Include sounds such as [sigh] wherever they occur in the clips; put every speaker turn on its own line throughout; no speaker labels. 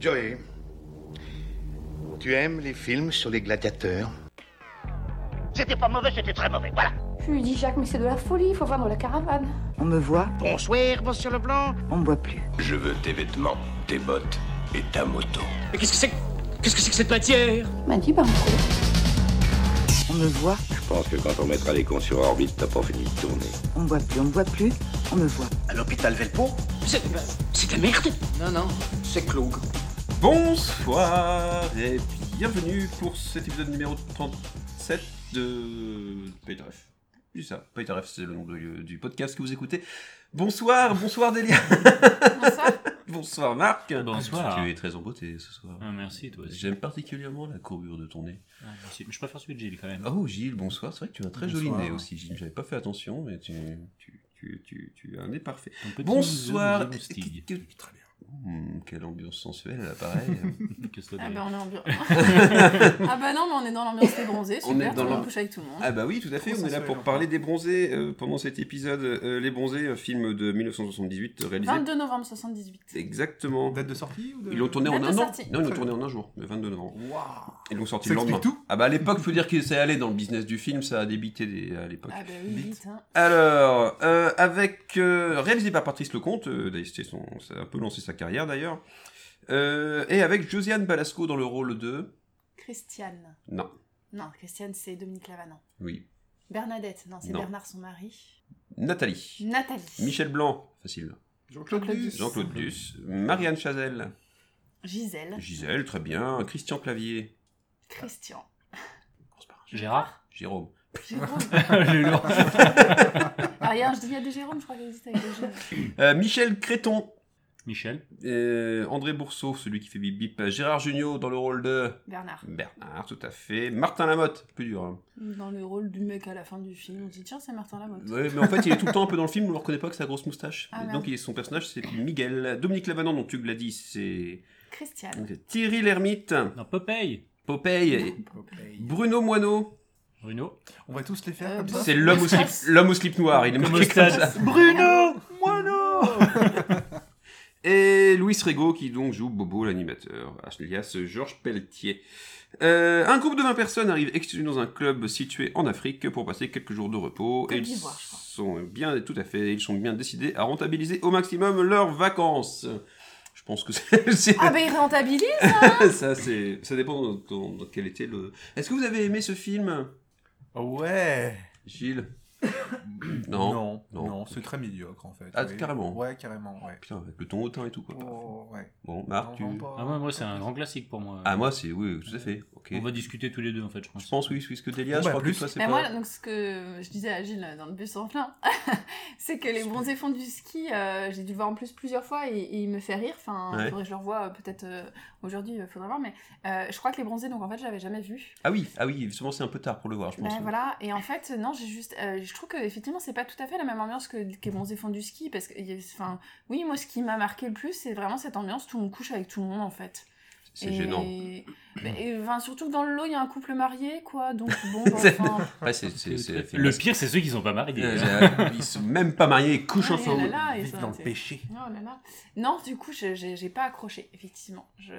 Joey, tu aimes les films sur les gladiateurs
C'était pas mauvais, c'était très mauvais, voilà.
Je lui dis, Jacques, mais c'est de la folie, il faut vendre la caravane.
On me voit,
Bonsoir, monsieur Leblanc.
on me voit plus.
Je veux tes vêtements, tes bottes et ta moto.
Mais qu'est-ce que c'est que- Qu'est-ce que c'est que cette matière
Il m'a dit, ben, on
On me voit,
Je pense que quand on mettra les cons sur orbite, t'as pas fini de tourner.
on me voit plus, on me voit plus, on me voit.
À l'hôpital Velpo
C'est c'est de la merde
Non, non, c'est Cloug.
Bonsoir et bienvenue pour cet épisode numéro 37 de PTRF. Dis ça, PTRF, c'est le nom de- du podcast que vous écoutez. Bonsoir, bonsoir Delia.
Bonsoir.
[laughs] bonsoir Marc.
Bonsoir.
Tu es très en beauté ce soir.
Ah, merci, toi aussi.
J'aime particulièrement la courbure de ton nez.
Ah, merci. Je préfère celui de Gilles, quand même.
Oh Gilles, bonsoir. C'est vrai que tu as un très joli
Bonsoir.
nez aussi, Gilles. J'avais pas fait attention, mais tu, tu, tu, tu, tu as un nez parfait.
Ton petit
Bonsoir.
bisou de moustique.
Très bien. Hum, quelle ambiance sensuelle, là, [laughs] pareil.
Que cela
Ah
donne.
bah on
[laughs]
est ambiance. ah bah non, mais on est dans l'ambiance des bronzés, super,
On
on
est dans l'am-
couche avec tout le monde.
Ah bah oui, tout à fait, on est là pour parler des bronzés euh, pendant cet épisode. euh, les bronzés, un film de 1978 euh, réalisé...
22 novembre 78.
Exactement.
Date de sortie ou de...
Ils l'ont tourné en
Date de
un an.
sortie.
Non, ils l'ont
Très
tourné en un jour, le 22 novembre.
Waouh
Ils l'ont sorti
Ça
le lendemain.
explique tout
Ah bah à l'époque, faut dire que ça allait dans le business du film, ça a débité des- à l'époque.
Ah bah oui, vite. hein.
Alors, euh, avec euh, réalisé par Patrice Lecomte, euh, d'ailleurs, c'était son, ça a un peu lancé sa carrière d'ailleurs, euh, et avec Josiane Balasco dans le rôle de...
Christiane.
Non,
Non, Christiane, c'est Dominique Lavanant.
oui.
Bernadette, non, c'est
Non.
Bernard, son mari.
Nathalie.
Nathalie.
Michel Blanc, facile.
Jean-Claude
Jean-Claude
Duss.
Duss.
Jean-Claude Duss. Marianne Chazelle.
Gisèle.
Gisèle, très bien. Christian Clavier.
Christian.
Commence par un G.
Gérard
Jérôme.
Jérôme.
Le lourd.
Ah, il y a un- il y a des Jérômes, je crois qu'il existe avec des Jérômes.
Euh, Michel Créton.
Michel.
Euh, André Bourseau, celui qui fait bip bip. Gérard Junior dans le rôle de
Bernard.
Bernard, tout à fait. Martin Lamotte, plus dur. hein.
Dans le rôle du mec à la fin du film, on se dit tiens, c'est Martin Lamotte.
Ouais, mais en fait, il est tout le temps un peu dans le film, on ne le reconnaît pas que sa grosse moustache.
Ah,
Et
merde.
Donc, il est, son personnage, c'est Miguel. Dominique Lavanant, dont tu l'as dit, c'est
Christiane.
c'est Thierry Lhermitte.
Non, Popeye.
Popeye. et Bruno Moineau.
Bruno.
On va tous les faire
Euh,
comme Oh, ça
C'est l'homme au slip, l'homme au slip noir. Il est
Comme
marqué
au
comme
stade.
ça.
Bruno
Moineau Et Louis Rego qui donc joue Bobo l'animateur, alias Georges Pelletier. Euh, un groupe de 20 personnes arrive exclu dans un club situé en Afrique pour passer quelques jours de repos.
Côte
ils
d'Ivoire, je crois.
sont bien, tout à fait, ils sont bien décidés à rentabiliser au maximum leurs vacances. Je pense que [laughs] c'est- c'est-
Ah bah il rentabilise
ça, c'est- ça dépend dans, dans- dans quel était le. Est-ce que vous avez aimé ce film,
Ouais
Gilles [coughs] Non.
Non,
non.
non, c'est très médiocre en fait.
Ah,
oui.
carrément.
Ouais, carrément, ouais.
Putain, avec le ton hautain et tout quoi.
Oh, ouais.
Bon, Marc,
Non,
tu.
non, pas-
Ah, moi, moi c'est un grand classique pour moi.
Ah, moi, c'est. Oui, tout à fait. Ok.
On va discuter tous les deux, en fait, je pense.
Je pense, oui, puisque Delia,
Bon,
je
bah,
crois
plus.
que toi, c'est
Mais
pas...
moi, donc, ce que je disais à Gilles euh, dans le bus en plein, [laughs] c'est que les bronzés fonds du ski, euh, j'ai dû le voir en plus plusieurs fois et, et il me fait rire. Enfin,
Ouais.
faudrait que je le revoie euh, peut-être euh, aujourd'hui, il faudra voir. Mais euh, je crois que les bronzés, donc en fait, je l'avais jamais vu.
Ah oui, ah oui, justement, c'est un peu tard pour le voir, je pense.
Ben, voilà, et en fait, non, j'ai juste. euh, je trouve que effectivement, c'est pas tout à fait la même ambiance que les bronzés fonds du ski. Parce que, il y a- enfin, oui, moi, ce qui m'a marqué le plus, c'est vraiment cette ambiance, tout le monde couche avec tout le monde en fait.
C'est
Et-
gênant.
Ben, et, enfin, surtout que dans le lot, il y a un couple marié, quoi.
[laughs]
Donc, bon, ben,
C'est-
enfin,
Après, c'est... c'est- c'est- c'est-
Le pire, c'est ceux qui sont pas mariés.
Euh, Ils sont même pas mariés, ils couchent
Ah, il y en a
ensemble.
là, et
Vite
ça,
dans le
c'est-
péché.
Oh là là. Non, du coup, je- j'ai j'ai pas accroché, effectivement. Je...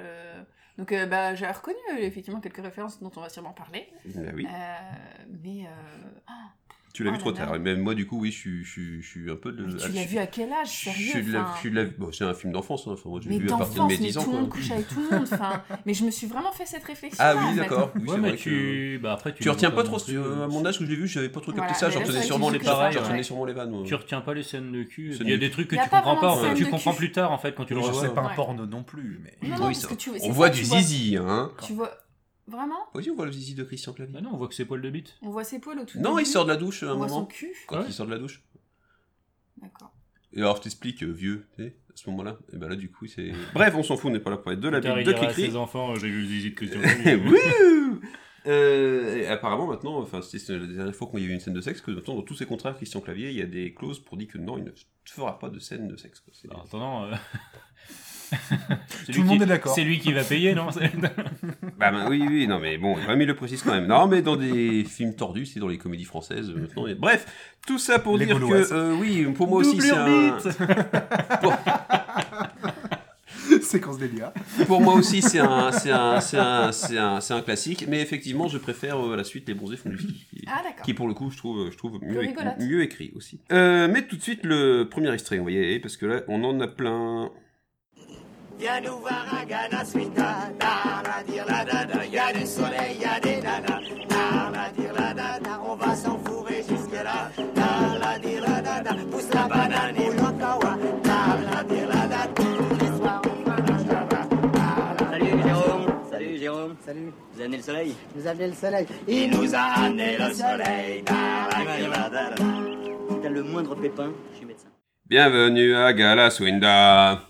Donc, euh, bah, j'ai reconnu euh, effectivement quelques références dont on va sûrement parler.
Ben oui,
Euh, mais. euh, ah,
tu l'as
oh
vu
là
trop
là.
tard. Et Même moi, du coup, oui, je suis, je suis, je suis un peu de...
mais
ah,
tu l'as
je-
vu à quel âge,
je
sérieux
suis de la-
enfin,
je suis de la- bon, c'est un film d'enfance, hein. enfin, moi, je l'ai
Mais
vu à partir de
d'enfance,
mes
mais
10 ans.
tout le monde
quoi.
couche avec tout le monde. Enfin, mais je me suis vraiment fait cette réflexion.
Ah oui, d'accord. Oui,
Ouais,
c'est
mais
vrai que-
tu... Bah, après, tu...
Tu retiens pas trop,
non
ce-
plus,
à mon âge où je l'ai vu, j'avais pas trop capté
Voilà,
ça,
mais
je
là,
retenais
c'est
sûrement
vrai
les
que c'est
paroles, je
pareil,
retenais
ouais.
sûrement les vannes. moi.
Tu retiens pas les scènes de cul.
Scènes
Il y a
de
des trucs que
Y a
tu
pas
comprends
vraiment
pas,
de
euh,
scènes
tu
de
comprends
cul.
plus tard, en fait, quand tu le
Oui,
revois.
c'est pas
Ouais.
un porno non plus, mais...
Non, non,
Oui,
parce
ça-
que tu- c'est
On
ça,
voit
tu
du
vois-
zizi, hein.
Tu vois. Vraiment
Aussi, on voit le zizi de Christian Clavier.
Bah non, on voit que c'est poils de bite.
On voit ses poils au tout
Non,
début,
il sort de la douche à un
On voit son
moment.
cul.
Quand
Ouais.
il sort de la douche.
D'accord.
Et alors, je t'explique, euh, vieux, tu sais, à ce moment-là. Et ben là, du coup,
[laughs]
c'est. Bref, on s'en fout, on n'est pas là pour être de la
Plus tard,
bite de
il dira à
Cricri. Eh,
ses
[laughs]
enfants, j'ai vu le zizi de Christian Clavier.
Wouh [laughs] Euh, et apparemment maintenant, enfin c'était c'est la dernière fois qu'il y a eu une scène de sexe, que maintenant dans tous ces contrats Christian Clavier, il y a des clauses pour dire que non, il ne fera pas de scène de sexe. quoi. C'est-
En attendant...
[laughs]
euh, c'est
Tout
lui
le monde
qui-
est d'accord.
C'est lui qui va payer,
[laughs]
non C'est-
Bah, bah, oui, oui, non mais bon, il il le précise quand même. Non mais dans des films tordus, c'est dans les comédies françaises euh, maintenant. et- Bref, tout ça pour
Les
dire [laughs]
Gauloises.
que euh, oui, pour moi aussi c'est un...
Doublure bite. [laughs] séquence d'Elia.
Pour moi aussi, c'est un, c'est un, c'est un, c'est un, c'est un classique, mais effectivement, je préfère euh, à la suite les bronzés fondus, qui,
Ah, d'accord.
qui pour le coup, je trouve, je trouve mieux, éc-
rigolote.
mieux écrit aussi. Euh, mais tout de suite, le premier extrait, on va y aller, parce que là, on en a plein.
Viens nous voir à Ganaswita, la dire la dada, y'a du soleil, y'a des nanas, la dire la dada, on va s'enfourrer jusque là, la dire la dada, pousse la banane et l'ottawa, la dire la dada, tous les soirs on fera la java. Salut Jérôme, salut Jérôme, salut, vous amenez le soleil Vous amenez le soleil, il nous a amené le soleil, la dire la dada. Si t'as le moindre pépin, je suis médecin.
Bienvenue à Galaswinda.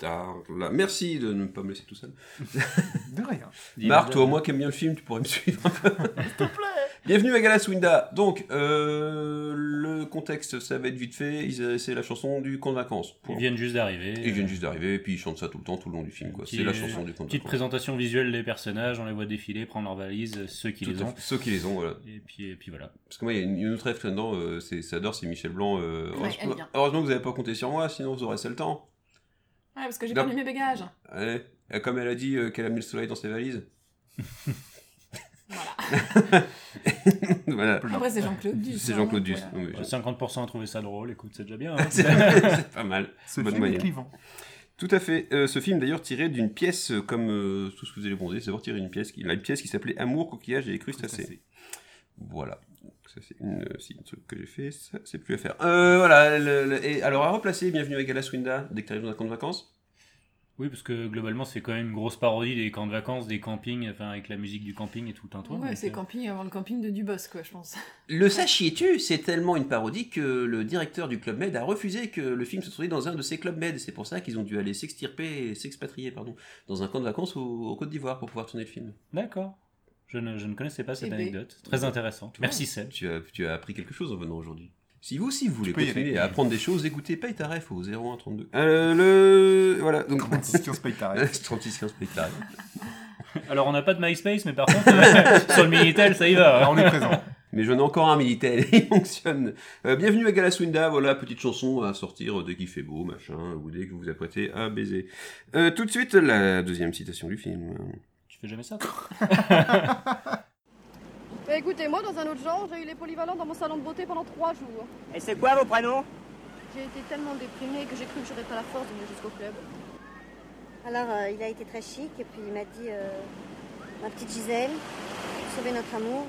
Darla- Merci de ne pas me laisser tout seul.
De rien.
Marc, toi, moi qui aime bien le film, tu pourrais me suivre un peu. [laughs] S'il te plaît. Bienvenue à Galaswinda. Donc, euh, le contexte, ça va être vite fait. Ils- C'est la chanson du camp de vacances. Point.
Ils viennent juste d'arriver.
Ils viennent juste d'arriver et puis ils chantent ça tout le temps, tout le long du film. quoi. C'est
Petit-
la chanson du camp de
Petite
vacances.
présentation visuelle des personnages, on les voit défiler, prendre leurs valises, euh, ceux qui
Tout
les
à
ont.
fait. Ceux qui les ont, voilà.
Et puis, et puis voilà.
Parce que moi, il y a une, une autre rêve là-dedans, euh, c'est- ça adore, c'est Michel Blanc. euh,
Ouais,
heureusement,
elle vient.
heureusement que vous n'avez pas compté sur moi, sinon vous aurez ça le temps.
Ouais, parce que j'ai
Non.
perdu mes bagages.
Ouais. Et Comme elle a dit euh, qu'elle a mis le soleil dans ses valises. [laughs] voilà.
Après, c'est Jean-Claude Duss.
C'est
hein,
Jean-Claude Duss.
voilà.
Non, mais
Ouais,
je-
50% à trouver ça drôle, écoute, c'est déjà bien. hein.
[laughs] c'est pas mal.
Ce
Bonne
film est
moyenne. [laughs]
clivant.
Tout à fait. Euh, ce film d'ailleurs tiré d'une pièce euh, comme euh, tout ce que vous allez bronzer, c'est tiré d'une pièce qui, la pièce qui s'appelait Amour, coquillage et les crustacés. Voilà. Donc Ça c'est une, euh, c'est un truc que j'ai fait, ça c'est plus à faire. Euh, voilà. le- le- et alors à replacer, bienvenue à Galaswinda dès que t'arrives dans un camp de vacances.
Oui, parce que globalement, c'est quand même une grosse parodie des camps de vacances, des campings, enfin avec la musique du camping et tout un toit.
Ouais,
donc,
c'est
euh,
camping avant le camping de Dubos, quoi, je pense.
Le sachiez-tu, c'est tellement une parodie que le directeur du Club Med a refusé que le film se tourne dans un de ses Club Med. C'est pour ça qu'ils ont dû aller s'extirper, s'expatrier, pardon, dans un camp de vacances au, au Côte d'Ivoire pour pouvoir tourner le film.
D'accord. Je ne, je ne connaissais pas cette
Eh ben.
anecdote. Très intéressant. Merci Seb.
Tu as, tu as appris quelque chose en venant aujourd'hui. Si vous aussi vous voulez
peux y
continuer
aller.
à apprendre des choses, écoutez Paye ta ref au 01 32. Euh, le... Voilà, donc... [laughs]
36 Paye ta ref.
36 15 Paye ta ref.
Alors, on n'a pas de MySpace, mais par contre, [laughs] euh, sur le Minitel, ça y va. hein.
Bah,
Alors, on
[laughs]
est présent.
Mais j'en ai encore un militaire, [laughs] il fonctionne. Euh, bienvenue à Galaswinda, voilà, petite chanson à sortir dès qu'il fait beau, machin, ou dès que vous vous apprêtez à baiser. Euh, tout de suite, la deuxième citation du film.
Tu fais jamais ça
Bah, écoutez, moi, dans un autre genre, j'ai eu les polyvalents dans mon salon de beauté pendant trois jours.
Et c'est quoi vos prénoms
J'ai été tellement déprimée que j'ai cru que j'aurais pas la force de venir jusqu'au club.
Alors, euh, il a été très chic et puis il m'a dit euh, Ma petite Gisèle, sauver notre amour,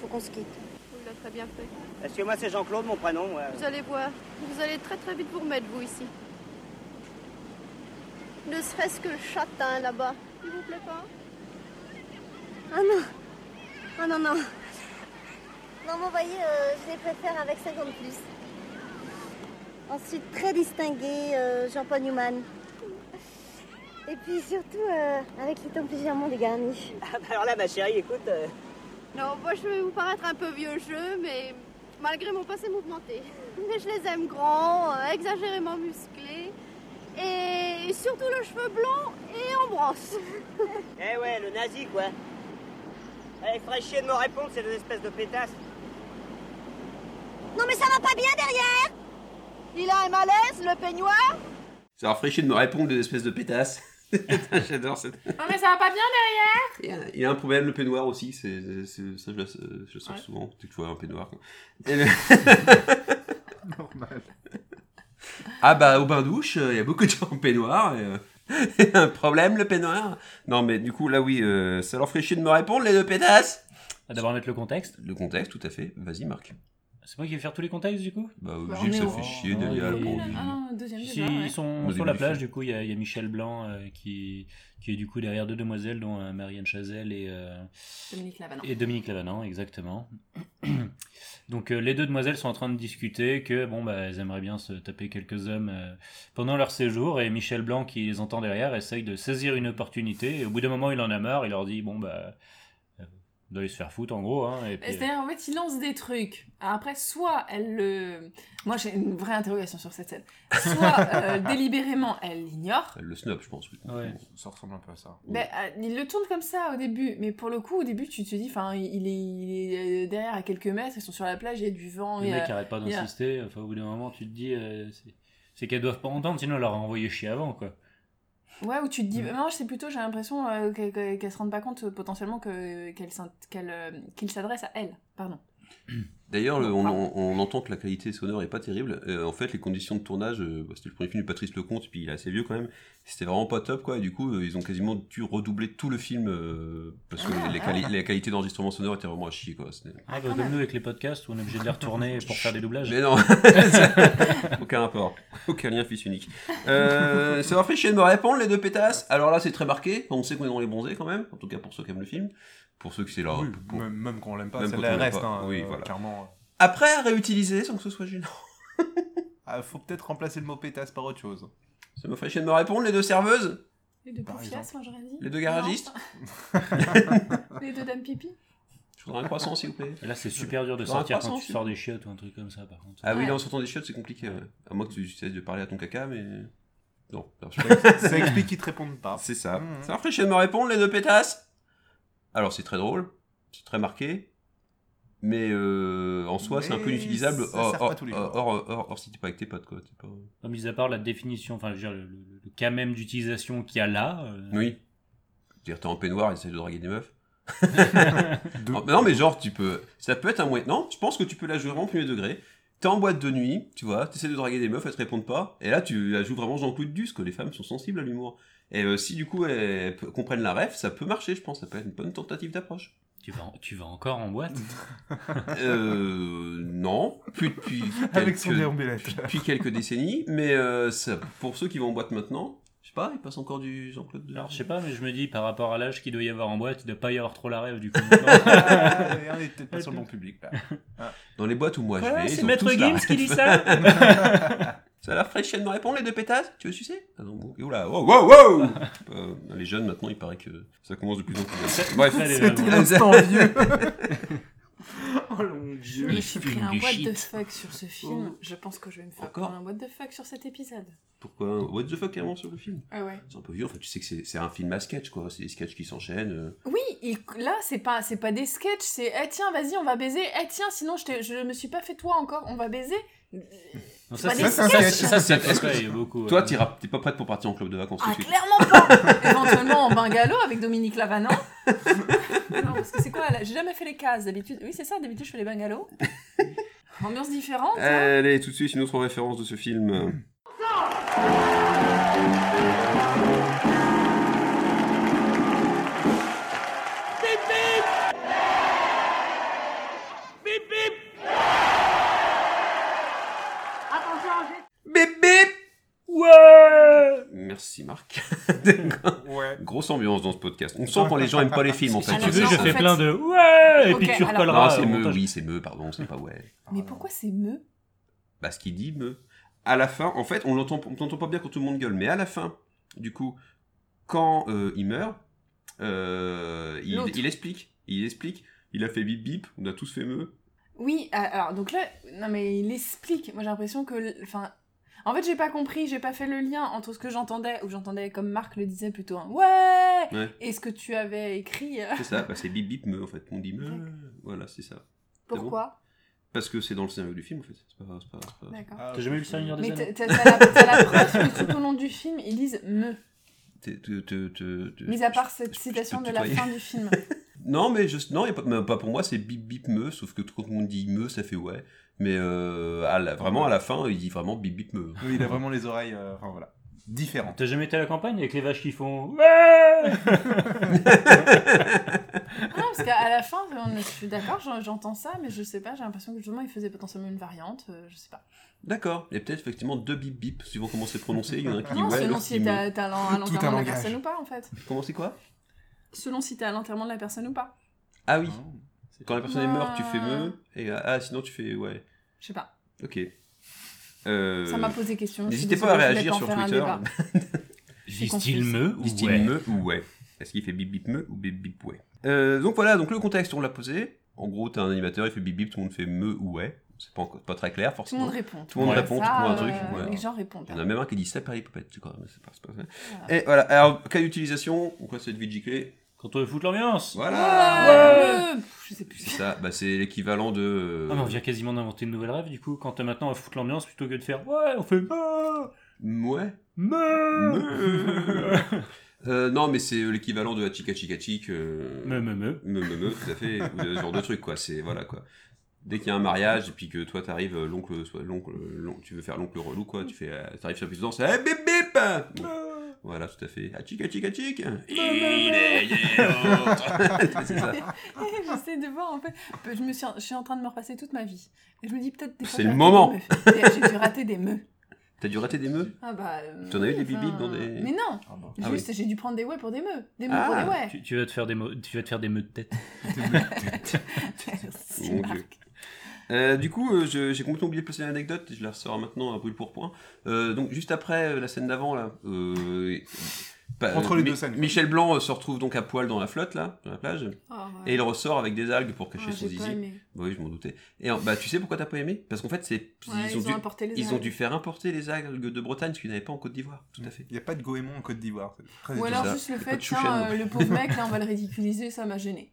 faut qu'on se quitte.
Il a très bien fait.
Parce que moi c'est Jean-Claude, mon prénom. ouais.
Vous allez voir, vous allez très très vite vous remettre, vous, ici. Ne serait-ce que le châtain, là-bas. Il vous plaît pas
Ah non Ah non, non Non, mais vous voyez, euh, je les préfère avec 50 plus. Ensuite, très distingué, euh, Jean-Paul Newman. Et puis surtout, euh, avec les tempes légèrement dégarnies.
[laughs] Alors là, ma chérie, écoute, euh,
Non, moi, je vais vous paraître un peu vieux jeu, mais malgré mon passé mouvementé. Mais je les aime grands, euh, exagérément musclés, et surtout le cheveu blanc et en brosse.
eh ouais, le nazi, quoi. Allez, ferait chier de me répondre, c'est des espèces de pétasses.
Non, mais ça va pas bien derrière
Il a un malaise, le peignoir
Ça rafraîchit de me répondre des espèces de pétasses. [laughs] Putain, J'adore cette...
Non, mais ça va pas bien derrière
Il y a- il y a un problème, le peignoir aussi, c'est c'est- ça je, le- je le sens souvent, tu vois un peignoir. quoi. Et le-
Normal.
Ah bah au bain douche, euh, il y a beaucoup de gens en peignoir. et, euh, [laughs] un problème le peignoir Non mais du coup là oui, euh, ça leur ferait chier de me répondre les deux pétasses
Ah, D'abord, mettre le contexte.
Le contexte tout à fait, vas-y Marc.
C'est moi qui vais faire tous les contextes, du coup
Bah
Bah,
obligé
on
que
est
ça
au-
fait chier
Oh,
d'aller à la
oui.
Bourgogne.
Ah, non, deuxième
Si,
déjà, ouais.
ils sont
Au
sur
début
la
du
plage,
film.
du coup, il y, a il y a Michel Blanc euh, qui, qui est du coup derrière deux demoiselles, dont euh, Marianne Chazelle et, euh,
Dominique Lavanant.
et Dominique Lavanant, exactement. [clears throat] Donc euh, les deux demoiselles sont en train de discuter que bon bah elles aimeraient bien se taper quelques hommes euh, pendant leur séjour et Michel Blanc qui les entend derrière essaye de saisir une opportunité et au bout d'un moment il en a marre il leur dit bon bah euh, vous allez se faire foutre en gros hein, et puis,
C'est-à-dire, en fait, il lance des trucs. Après, soit elle le. Moi, j'ai une vraie interrogation sur cette scène. Soit euh, délibérément, elle l'ignore.
Le snob je pense. oui.
Ouais.
Ça ressemble un peu à ça.
Ben, euh, il le tourne comme ça au début, mais pour le coup, au début, tu te dis, enfin, il est, il est, euh, derrière à quelques mètres, ils sont sur la plage, il y a du vent,
euh,
il
les
y a-
mecs arrêtent pas
il y a-
d'insister enfin au bout d'un moment tu te dis euh, c'est- c'est qu'elles doivent pas entendre sinon elle leur a envoyé chier avant quoi
Ouais, où tu te dis. Non, c'est plutôt, j'ai l'impression euh, qu'elle qu'elle- qu'elle se rende pas compte euh, potentiellement que- qu'elle s'in- qu'elle, euh, qu'il s'adresse à elle. Pardon.
D'ailleurs, le- on, on- on entend que la qualité sonore est pas terrible. Euh, en fait, les conditions de tournage, euh, bah, c'était le premier film de Patrice Lecomte, puis il est assez vieux quand même. C'était vraiment pas top, quoi. Et du coup, euh, ils ont quasiment dû redoubler tout le film euh, parce que
Ah,
les,
ah.
quali- la qualité d'enregistrement sonore était vraiment à chier, quoi. C'était-
Ah, bah, comme nous avec les podcasts où on est obligé de les retourner pour faire des doublages.
Mais non, [laughs] aucun rapport, aucun lien fils unique. Euh, c'est rafraîchi de me répondre les deux pétasses. Alors là, c'est très marqué. On sait qu'on est dans les bronzés quand même, en tout cas pour ceux qui aiment le film, pour ceux qui c'est là.
Oui,
pour-
même- même quand on l'aime pas,
même
celle-là
quand on l'aime
reste,
pas.
hein,
oui,
euh,
voilà.
clairement.
Après, à réutiliser sans que ce soit gênant.
Ah, faut peut-être remplacer le mot pétasse par autre
[laughs]
chose.
Ça me ferait chier de me répondre, les deux serveuses
Les deux
Par
poufias, moi j'aurais dit.
Les deux garagistes [laughs]
Non. [laughs] Les deux dames pipi.
Je voudrais un croissant, s'il vous plaît.
Là, c'est super dur de
Je voudrais un
sortir quand
croissant,
tu
s'il
sors des chiottes ou un truc comme ça, par contre.
Ah oui,
Ouais.
là, en sortant des chiottes, c'est compliqué. ouais. À moins que tu cesses de parler à ton caca, mais. Non, ça marche pas.
Ça explique qu'ils te répondent pas.
c'est ça.
Mhm.
Ça rafraîchit de me répondre, les deux pétasses Alors, c'est très drôle, c'est très marqué, mais euh, en soi, c'est un peu
Mais
inutilisable.
ça
Or,
sert
or-
pas tous les jours.
or- or- or- or si t'es pas avec tes potes, quoi. t'es pas- euh,
Enfin, Mis à part la définition, enfin, je veux dire, le, le- le cas même d'utilisation qu'il y a là. euh,
Oui. C'est-à-dire, t'es en peignoir et t'essayes de draguer des meufs.
Deux.
Non, mais non, mais genre, tu peux. Ça peut être un moyen. Non, je pense que tu peux la jouer vraiment premier degré. T'es en boîte de nuit, tu vois, t'essaies de draguer des meufs, elles te répondent pas. Et là, tu la joues vraiment Jean-Claude Duss, que les femmes sont sensibles à l'humour. Et euh, si du coup elles p- comprennent la ref, ça peut marcher, je pense. Ça peut être une bonne tentative d'approche.
[laughs] Tu, vas, en- tu vas encore en boîte
Euh. Non. Plus
[laughs]
depuis.
[laughs] Avec son
quelques- [laughs]
déambulateur.
depuis quelques décennies. Mais euh, ça- pour ceux qui vont en boîte maintenant, je sais pas, ils passent encore du Jean-Claude Duss.
Alors, je sais pas, mais je me dis, par rapport à l'âge qu'il doit y avoir en boîte, il doit pas y avoir trop la rêve, du coup.
Ah, ouais, on est peut-être pas sur le bon public là.
Dans les boîtes où moi je vais. ils
c'est
ont
Maître
tous la
Gims qui
[laughs]
dit ça
Ça a l'air fraîche, elle me répond, les deux pétasses Tu veux sucer Ah non, bon. Et oula, wow, wow,
[laughs]
wow Euh, Les jeunes, maintenant, il paraît que ça commence de plus en plus. Bref,
Allez,
C'était
voilà.
l'instant vieux. oh long
Je
vieux.
me suis pris
film
un
du
what the
shit.
fuck sur ce film. Je pense que je vais me faire
Oh. Encore
prendre un what the fuck sur cet épisode.
pourquoi What the fuck, carrément, sur le film
Ah ouais.
C'est un peu vieux, enfin, tu sais que c'est c'est un film à sketch, quoi. C'est des sketchs qui s'enchaînent. euh.
Oui, il- là, c'est pas, c'est pas des sketchs, c'est eh tiens, vas-y, on va baiser, eh tiens, sinon je, t'ai- je me suis pas fait toi encore, on va baiser.
Non,
Bah,
ça,
des
c'est
sketchs.
ça, c'est- ça, c'est
Est-ce que-
ouais, il y a beaucoup.
Toi,
euh,
t'iras- t'es pas prête pour partir en club de vacances tout
Ah,
de suite.
clairement pas [laughs] Éventuellement en bungalow avec Dominique [laughs] Lavanant. non, parce que c'est quoi là J'ai jamais fait les cases d'habitude. Oui, c'est ça, d'habitude je fais les [laughs] bungalows. Ambiance différente.
Euh,
hein.
Allez, tout de suite, une autre référence de ce film. Bip bip Ouais Merci Marc.
[laughs]
[laughs]
Ouais.
Grosse ambiance dans ce podcast. On sent quand les gens aiment pas les films en fait.
Si tu
Alors,
veux,
non,
je
en
fais
fait-
plein de ouais, et
Ok,
puis tu
alors-
Non,
recolleras.
c'est
au
me,
montage.
oui, c'est me, pardon, c'est pas ouais.
Mais pourquoi c'est me
Bah, ce qu'il dit, me. À la fin, en fait, on l'entend on t'entend pas bien quand tout le monde gueule, mais à la fin, du coup, quand euh, il meurt, euh, il,
L'autre.
il explique. Il explique. Il a fait bip bip, on a tous fait me.
Oui, a- alors donc là, non mais il explique. Moi j'ai l'impression que, l- enfin, en fait j'ai pas compris, j'ai pas fait le lien entre ce que j'entendais ou j'entendais comme Marc le disait plutôt un ouais,
Ouais.
et ce que tu avais écrit. euh,
C'est ça, bah, c'est bip bip me, en fait. On dit me. Voilà, c'est ça. bon
Pourquoi
Parce que c'est dans le scénario du film, en fait. C'est pas. c'est pas- c'est pas-
D'accord.
Ah,
T'as jamais eu le Seigneur des
Mais
Anneaux
t'as t'as- t'as la, t'as la preuve que tout au long du film ils disent me.
T'es- te- te- te- te-
Mis à part
je-
cette
je- je
citation
peux
de la
tutoyer.
fin du film.
[laughs] Non, mais je, non, y a pas, mais pas pour moi, c'est bip bip me, sauf que quand on dit me, ça fait ouais. Mais euh, à la- vraiment, à la fin, il dit vraiment bip bip me.
Oui, il a vraiment les oreilles, euh, enfin voilà, différentes.
T'as jamais été à la campagne avec les vaches qui font ouais
Ah Non, parce qu'à la fin, on- je suis d'accord, j'en- j'entends ça, mais je sais pas, j'ai l'impression que justement ils faisaient potentiellement une variante, euh, je sais pas.
D'accord. Il y a peut-être effectivement deux bip bip, suivant comment c'est prononcé. Il y en a un qui dit
Non,
Ah, ouais,
selon
l'autre qui
si
dit
t'es
me.
à, t'es
[laughs]
à l'en- à
Tout un
l'enterrement de la
langage.
personne ou pas en fait.
Comment c'est quoi
Selon si t'es à l'enterrement de la personne ou pas.
Ah oui.
Hein,
[laughs] Quand la personne est
Ouais.
morte, tu fais me. Et euh, ah, sinon tu fais ouais.
Je sais pas.
Ok. Euh,
Ça m'a posé question. je suis
n'hésitez pas
désolée,
à
je voulais
réagir
pas en
sur
faire un
Twitter. hein.
débat.
Disent-ils me ou
Disent-ils
ouais
me ou ouais Est-ce qu'il fait bip bip me ou bip bip ouais Euh, Donc voilà, donc le contexte, on l'a posé. En gros, t'as un animateur, il fait bip bip, tout le monde fait me ou ouais. C'est pas, encore- pas très clair,
Tout le
forcément.
monde répond.
Tout le monde
Ouais.
répond,
Ça,
tout le monde un
euh,
truc, voilà.
Les gens répondent.
Il y en a même un qui dit ça par les popettes, c'est quand même, c'est pas, c'est pas vrai.
Voilà.
Et voilà, alors, cas d'utilisation, donc là c'est de VJK.
Quand on veut foutre l'ambiance
Voilà
Ouais. Je sais
[laughs]
plus.
C'est ça, bah, c'est l'équivalent de. euh,
Ah, mais on vient quasiment d'inventer une nouvelle rêve du coup. Quand euh, maintenant on va foutre l'ambiance plutôt que de faire ouais, on fait Ah
Mouais.
Meuh.
Euh, non, mais c'est l'équivalent de la chica chica chic. Euh...
Meuh, meuh, meuh.
Meuh, meuh, meuh, tout à fait. ou de ce genre de truc, quoi. C'est, voilà, quoi. Dès qu'il y a un mariage, et puis que toi, t'arrives, euh, l'oncle, soit l'oncle, l'on- tu veux faire l'oncle relou, quoi. Tu fais, euh, t'arrives sur la puissance, eh, bip, bip Bon. Voilà, tout à fait. Ah, chica chica chic. Il est yaourt. oh, [laughs] C'est ça.
J'essaie de voir en fait. Je, me suis, je suis en train de me repasser toute ma vie. Et je me dis peut-être. des fois,
C'est le
j'ai raté
moment.
des meufs. euh, J'ai dû rater des meufs.
T'as dû rater des meuh
Ah bah. euh,
T'en as eu
oui,
des bibites dans des-
Mais non
Ah
Juste,
oui.
j'ai dû prendre des ouais pour des meufs. Des meufs pour
Ah,
des ouais.
Tu, tu vas te faire des mots, tu vas te faire des meux de tête.
[laughs] Merci,
Mon
Marc.
Dieu. Euh, du coup, euh, je- j'ai complètement oublié de placer l'anecdote, et je la ressors maintenant à brûle pour point. donc, juste après euh, la scène d'avant, là. euh, pas-
Entre les
Mi-
deux scènes, quoi.
Michel Blanc euh, se retrouve donc à poil dans la flotte, là, dans la plage,
Ah, ouais.
et il ressort avec des algues pour cacher
Ah,
son
j'ai pas
zizi.
aimé.
Bah oui, je m'en doutais. Et euh, bah, tu sais pourquoi t'as pas aimé Parce qu'en fait, c'est
Ouais, ils ont
dû,
apporté les
ils ont
algues. Mm.
dû faire importer les algues de Bretagne, parce qu'ils n'avaient pas en Côte d'Ivoire, tout à fait.
Il n'y a pas de goémon en Côte d'Ivoire. c'est très
Ou alors
étonnant.
ça.
juste le
Y a pas
fait,
de
tiens,
chouchène.
euh, le pauvre mec, là,
[laughs]
on va le ridiculiser, ça m'a gêné.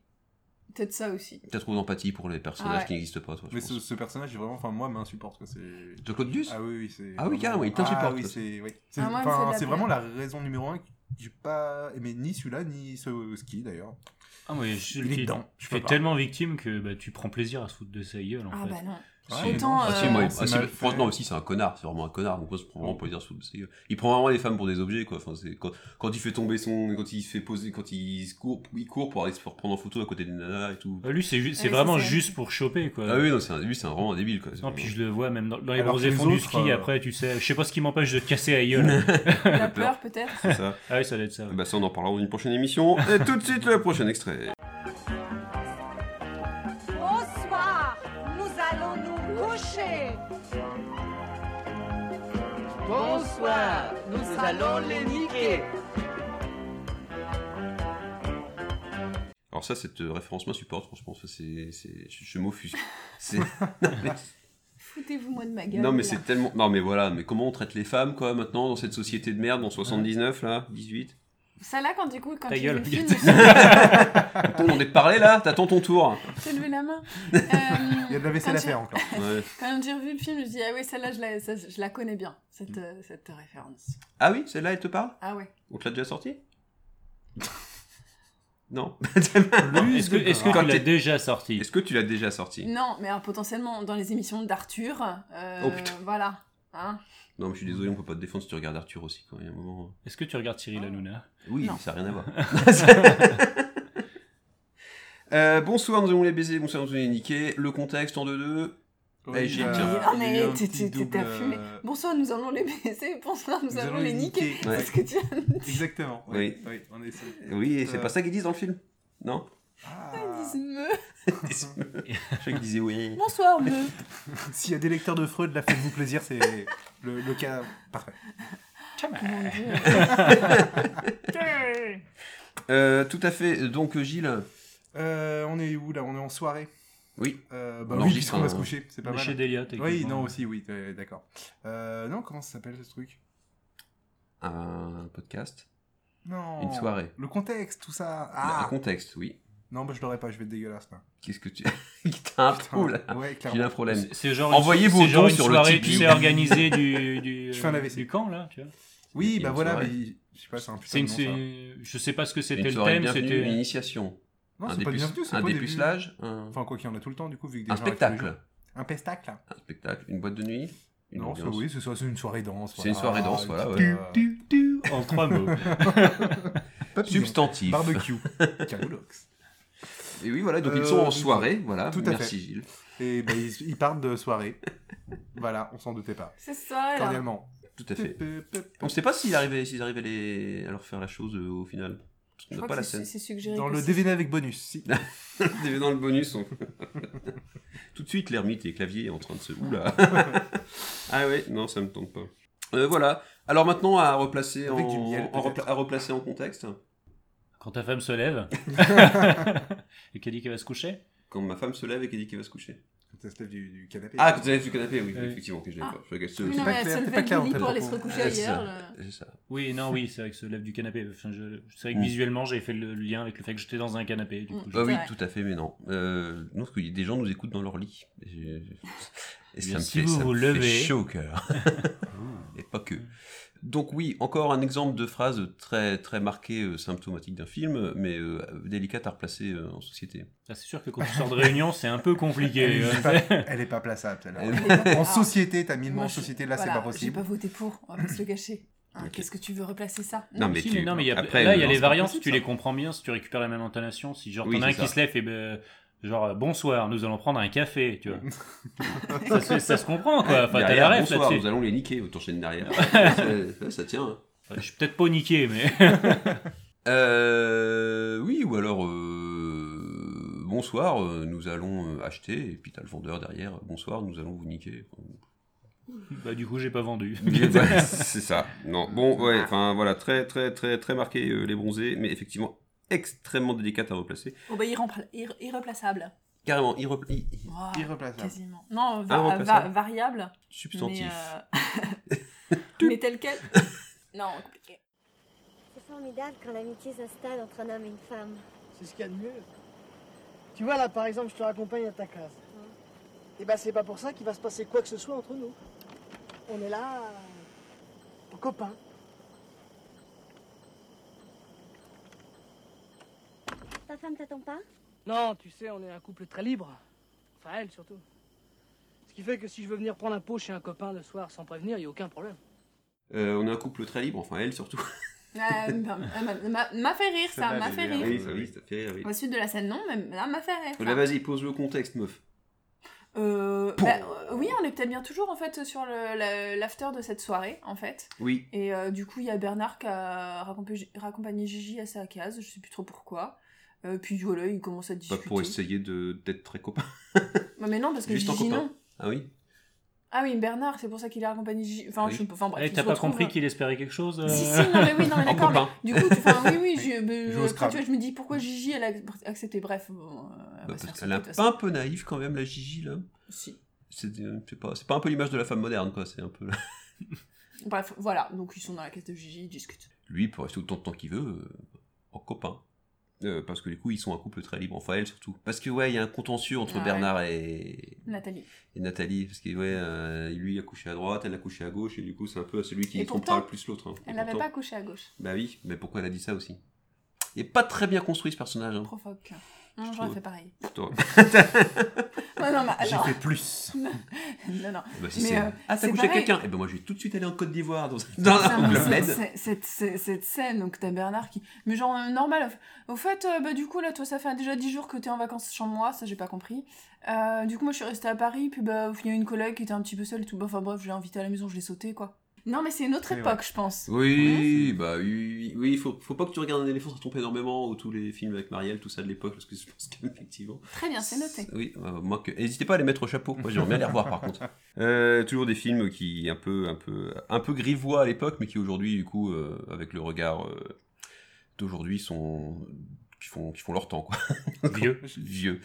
Peut-être ça aussi.
T'as trop d'empathie pour les personnages
Ah ouais.
qui n'existent pas, toi. je
Mais
pense.
ce, ce personnage, vraiment, enfin, moi, m'insupporte. quoi, c'est-
De Claude Luce
Ah oui, oui, c'est.
Ah oui,
vraiment-
carrément, il t'insupporte,
Ah oui,
toi.
c'est. oui. C'est
Ah, moi, il me
enfin,
fait de la
c'est vraiment
peine.
la raison numéro un que j'ai pas aimé ni celui-là, ni ce ski d'ailleurs.
Ah mais je,
Il est
tu-
dedans, je
tu
peux
es
pas.
tellement victime que bah, tu prends plaisir à se foutre de sa gueule en
Ah
fait.
bah non.
Ouais,
Autant,
non,
Ah
euh,
si, moi, il-
c'est
ah si,
mal fait.
franchement, aussi, c'est un connard, c'est vraiment un connard, donc moi, je prends vraiment plaisir sous ses yeux. Il prend vraiment les femmes pour des objets, quoi. Enfin, c'est quand, quand il fait tomber son. Quand il fait poser. Quand il se court, il court pour aller se faire prendre en photo à côté des nanas et tout.
Ah, lui c'est ju- c'est
oui,
vraiment
c'est ça.
juste pour choper quoi.
Ah oui, non, c'est un, lui, c'est un, vraiment un débile, quoi.
Non, puis je le vois même dans, dans les
Alors
bronzés
que les
fonds du
autres,
ski,
euh,
après, tu sais, je sais pas ce qui m'empêche de te casser la
[laughs]
gueule.
La peur, peut-être.
C'est ça.
ah oui, ça doit être ça.
Bah, ça, on en parlera dans une prochaine émission. Et tout de suite, le prochain extrait.
Bonsoir, nous allons nous coucher.
Bonsoir, nous allons les niquer.
Alors, ça, cette euh, référence m'insupporte, franchement. ça, C'est. c'est- Je, je m'offusque. C'est. Non, mais-
Foutez-vous moi de ma gueule.
Non mais
là.
c'est tellement... Non mais voilà, mais comment on traite les femmes quoi maintenant dans cette société de merde en 79 là 18
Ça là, quand du coup, quand
Ta
j'ai vu
gueule.
le film, je me suis-
Attends, on est parlé là T'attends ton tour
j'ai levé la main. Euh,
Il y a de la vaisselle à faire encore.
Ouais.
Quand j'ai revu le film, je me suis dit, ah oui, celle-là, je la, ça, je la connais bien, cette, euh, cette référence.
Ah oui, celle-là elle te parle
Ah ouais.
On te l'a déjà [laughs] sortie Non.
Est-ce que, est-ce que
Quand
tu l'as
t'es-
déjà sorti
Est-ce que tu l'as déjà sortie
Non, mais alors, potentiellement, dans les émissions d'Arthur, euh,
Oh, putain.
voilà. Hein
Non mais je suis désolé, on peut pas te défendre si tu regardes Arthur aussi quand il y a un moment... hein.
Est-ce que tu regardes Cyril Hanouna
Oui,
Non.
ça n'a rien à voir. [laughs] Euh, bonsoir, nous allons les baiser, bonsoir, nous allons les niquer. Le contexte en 2-2. Eh, j'ai-
il y a-
tiens.
il y a
Ah,
eu
mais
un
t'es-
petit
t'es- t'es
double,
affumé.
euh,
Bonsoir, nous allons les baiser. [laughs] Bonsoir, nous, allons les niquer.
Ouais.
C'est ce que tu viens de dire.
[laughs] Exactement.
Oui.
Oui. oui, on essaie.
Oui, et c'est
Euh.
pas ça qu'ils disent dans le film Non
Ah.
Ils me-
Je crois qu'ils disaient oui.
Bonsoir, me.
S'il y a des lecteurs de Freud, là, faites-vous plaisir, c'est le, le cas parfait.
Oh, Mon Dieu.
Euh, tout à fait, donc Gilles...
Euh, on est où là On est en soirée.
Oui.
Euh, bah
On
oui,
enregistre
puisqu'on
un-
va se coucher, c'est pas
De
mal.
Chez Delia, t'es
Oui, non, aussi, oui, euh, d'accord. Euh, non, comment ça s'appelle ce truc
Un podcast
Non.
Une soirée.
Le contexte, tout
Un
ça. Oh. Ah
contexte, oui.
Non, bah je l'aurais pas, je vais être dégueulasse là.
Qu'est-ce que tu... [laughs] T'as un
Putain,
problème
[laughs] Ouais,
J'ai
clairement.
un problème.
C'est genre
Envoyez
une,
vos
c'est genre
dons
une
sur le
soirée,
Tipeee.
tu sais, organisée du, du,
Je fais un
euh,
AVC.
du camp, là, tu vois.
Oui,
Il y a
bah
une
voilà,
soirée.
mais je sais pas, c'est un putain
C'est une,
de nom, ça.
c'est- je sais pas ce que c'était
Une
le
soirée
thème,
bienvenue, une
c'était...
initiation.
Non,
un
c'est pas
dépuce-
bienvenu, c'est
un
pas des
dépucelage, un...
Enfin, quoi qu'il y en a tout le temps, du coup, vu que des
un
gens arrivent tous les jours.
spectacle.
Un pestacle
Un spectacle, une boîte de nuit. Une
Non, c'est-
ambiance.
oui, c'est ça, c'est une soirée danse.
C'est une
voilà,
soirée danse, voilà,
euh,
ouais.
Tu- tu- En trois mots.
papillon,
Substantif.
hein. Barbecue. [laughs] Camoulox.
Et oui, voilà, donc ils
Euh,
sont en soirée, voilà.
tout à
Merci
fait.
Gilles.
Et bah, ils, ils partent de soirée. Voilà, on s'en doutait pas.
C'est ça, là.
Cordialement.
Tout à fait. On ne sait pas s'ils arrivaient, s'ils arrivaient les... à leur faire la chose euh, au final. Parce qu'on
Je
n'a
crois
pas
que
la
c'est
scène.
c'est suggéré.
Dans
que
le
c'est-
DVD avec bonus, si.
Ah.
[laughs]
Des- dans le bonus. on- [laughs] Tout de suite, l'ermite et les claviers en train de se.
[laughs]
Oula Ah ouais, non, ça me tente pas. Euh, voilà. Alors maintenant, à replacer en,
Avec du miel,
en
peut-être.
repla- à replacer en contexte.
Quand ta femme se lève et qu'elle dit qu'elle va se coucher
Quand ma femme se lève et qu'elle dit qu'elle va se coucher.
Quand elle se lève du, du canapé.
Ah, quand elle lève du canapé, oui, effectivement, que je
Ah,
l'avais pas. Je regarde ce-
Oui,
c'est
non,
pas
mais elle
clair,
se
c'est
lève
pas
du
clair dans
lit
ta
pour aller se
propos.
recoucher
Ouais, c'est
ailleurs,
ça.
le-
C'est ça.
Oui, non, oui, c'est vrai que ce lève du canapé. enfin, je- C'est vrai que
Mm.
visuellement, j'avais fait le lien avec le fait que j'étais dans un canapé. Du coup,
Mm.
je-
Bah oui,
vrai.
tout à fait, mais non. Euh, non, parce que des gens nous écoutent dans leur lit. Et j'ai- Et
Bien,
ça me
si
fait,
vous
ça me
vous
fait
levez.
chaud au
[laughs]
cœur. Et pas que. Donc oui, encore un exemple de phrase très, très marquée, euh, symptomatique d'un film, mais euh, délicate à replacer euh, en société.
Ah, c'est sûr que quand tu sors de réunion, c'est un peu
Elle
compliqué.
est,
[laughs] euh,
pas, elle est pas plaçable, celle-là.
Elle est [laughs] pas-
[laughs] En
Alors,
société, t'as mis le mot
Ah. moi,
en
je-
société, là,
voilà,
c'est pas
J'ai
possible.
pas voté pour, on va pas se le cacher. Hein,
Ok.
Qu'est-ce que tu veux replacer ça
Non, mais
si,
tu-
non, mais il y a-
après,
là, il
non,
y a
c'est
les
pas
variantes,
possible,
tu
ça.
les comprends bien si tu récupères la même intonation. Si genre,
Oui,
t'en
c'est
as un
ça.
qui se lève et ben, genre, euh, bonsoir, nous allons prendre un café,
[laughs]
tu vois. ça, se- ça se comprend, quoi. Enfin, t'as
Derrière,
la ref
bonsoir,
là-dessus.
nous allons les niquer, vous t'enchaînez derrière.
[laughs]
ça, ça- ça tient. hein.
Ouais, Je suis peut-être pas niqué, mais. [laughs]
Euh, oui, ou alors euh, bonsoir, euh, nous allons euh, acheter, et puis t'as le vendeur derrière, bonsoir, nous allons vous [laughs] niquer.
bah, du coup, j'ai
[laughs]
pas vendu.
Voilà, c'est ça. Non, bon, ouais, enfin voilà, très très très très marqué euh, les bronzés, mais effectivement extrêmement délicate à replacer.
Oh bah irrempla- ir- irreplaçable.
Carrément, irre- i- i-
Wow,
Irreplaçable.
Quasiment. Non, va-
Irreplaçable.
va- variable.
substantif.
Mais, euh, [laughs] mais tel quel. Non, compliqué.
C'est formidable quand l'amitié s'installe entre un homme et une femme.
C'est ce qu'il y a de mieux. Tu vois, là, par exemple, je te raccompagne à ta classe. Et ben, c'est pas pour ça qu'il va se passer quoi que ce soit entre nous. On est là. euh, pour copains.
Ta femme t'attend pas
Non, tu sais, on est un couple très libre. Enfin, elle surtout. Ce qui fait que si je veux venir prendre un pot chez un copain le soir sans prévenir, il n'y a aucun problème.
Euh, on a un couple très libre, enfin elle surtout.
Euh, bah, euh, m'a- M'a fait rire ça,
Celle-là,
m'a
j'ai
fait
bien
rire.
aimé.
ça fait rire, [laughs] oui.
La suite de la scène, non, mais là, m'a fait rire.
Là,
ça.
vas-y, pose le contexte, meuf.
Euh, bah, euh, oui, on est peut-être bien toujours en fait sur le- la- l'after de cette soirée en fait.
Oui.
Et euh, du coup, il y a Bernard qui a raccompa- raccompagné Gigi à sa case, je sais plus trop pourquoi. Euh, puis voilà, ils commencent à
Pas
discuter.
Bah, pour essayer de d'être très copain.
Non, mais non, parce que
Juste en
Gigi
copain.
non.
Ah oui.
Ah oui, Bernard, c'est pour ça qu'il a raccompagné Gigi. Enfin,
Oui.
je sais pas. Enfin, bref,
[laughs] Eh,
ils se
t'as pas
retrouvent-
compris qu'il espérait quelque chose euh
Si, si, non, mais oui, non, mais
[laughs] En
d'accord.
copain.
mais Du coup, tu- enfin, oui, oui,
[laughs]
je, ben,
Joue au
après, tu
Scrabble.
vois, je me dis pourquoi Gigi elle a accepté. Bref, bon, euh, elle va
Bah,
se faire
parce qu'elle est
sauter, de toute façon.
un peu naïve quand même, la Gigi, là.
Si.
C'est euh, c'est pas, c'est pas un peu l'image de la femme moderne, quoi. C'est un peu. [laughs]
Bref, voilà, donc ils sont dans la caisse de Gigi, ils discutent.
Lui, pour rester autant de temps qu'il veut, euh, en copain. Euh, parce que du coup, ils sont un couple très libre. Enfin, elle surtout. Parce que, ouais, il y a un contentieux entre
Ah Ouais.
Bernard et,
Nathalie.
et Nathalie. Parce que, ouais, euh, lui, il a couché à droite, elle a couché à gauche. Et du coup, c'est un peu celui qui
Et
trompera
pourtant,
le plus l'autre. hein. Et
Elle n'avait
pourtant-
pas couché à gauche.
Bah oui, mais pourquoi elle a dit ça aussi Il est pas très bien construit, ce personnage. hein.
Provoque. Non,
Je
j'aurais
trouve.
fait pareil.
Putain.
[laughs] Ouais, non, mais
J'ai
alors.
fait plus.
[laughs] Non, non.
Bah, si
Mais,
c'est.
euh,
ah, t'as
c'est
couché avec
pareil.
quelqu'un Et ben moi, je vais tout de suite aller en Côte d'Ivoire dans, dans
C'est un peu
le
ça,
Med.
c'est- cette, cette- cette scène, donc t'as Bernard qui. Mais genre, euh, normal. Au fait, euh, bah, du coup, là, toi, ça fait déjà 10 jours que t'es en vacances chez moi, ça, j'ai pas compris. Euh, du coup, moi, je suis restée à Paris, puis bah, il y a une collègue qui était un petit peu seule et tout. Bah, Enfin, bref, je l'ai invitée à la maison, je l'ai sautée, quoi. Non, mais c'est une autre
C'est
époque, je pense.
Oui, bah oui, oui, oui, faut, faut pas que tu regardes un éléphant, ça trompe énormément, ou tous les films avec Marielle, tout ça de l'époque, parce que je pense qu'effectivement.
Très bien, c'est noté.
Oui, euh, moi que. N'hésitez pas à les mettre au chapeau, moi j'aimerais bien les revoir par contre.
[laughs]
Euh, toujours des films qui, un peu, un peu, un peu grivois à l'époque, mais qui aujourd'hui, du coup, euh, avec le regard euh, d'aujourd'hui, sont. qui font, qui font leur temps, quoi. [laughs]
[laughs] Vieux.
Vieux.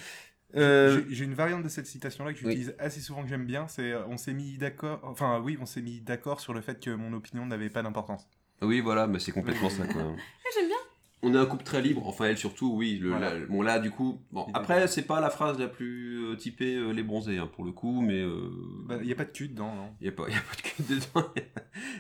Euh,
J'ai- J'ai une variante de cette citation-là que
oui.
j'utilise assez souvent que j'aime bien. C'est euh, on s'est mis d'accord. Enfin oui, on s'est mis d'accord sur le fait que mon opinion n'avait pas d'importance.
Oui, voilà, mais c'est complètement ça, quoi.
Ah, J'aime bien.
On a un couple très libre, enfin elle surtout, oui. Le,
Voilà.
la- bon là du coup, bon
Il est
après
libre.
c'est pas la phrase la plus euh, typée euh, les bronzés hein, pour le coup, mais euh,
Il n'y Bah, a pas de cul dedans, non
y a pas y a pas de cul dedans,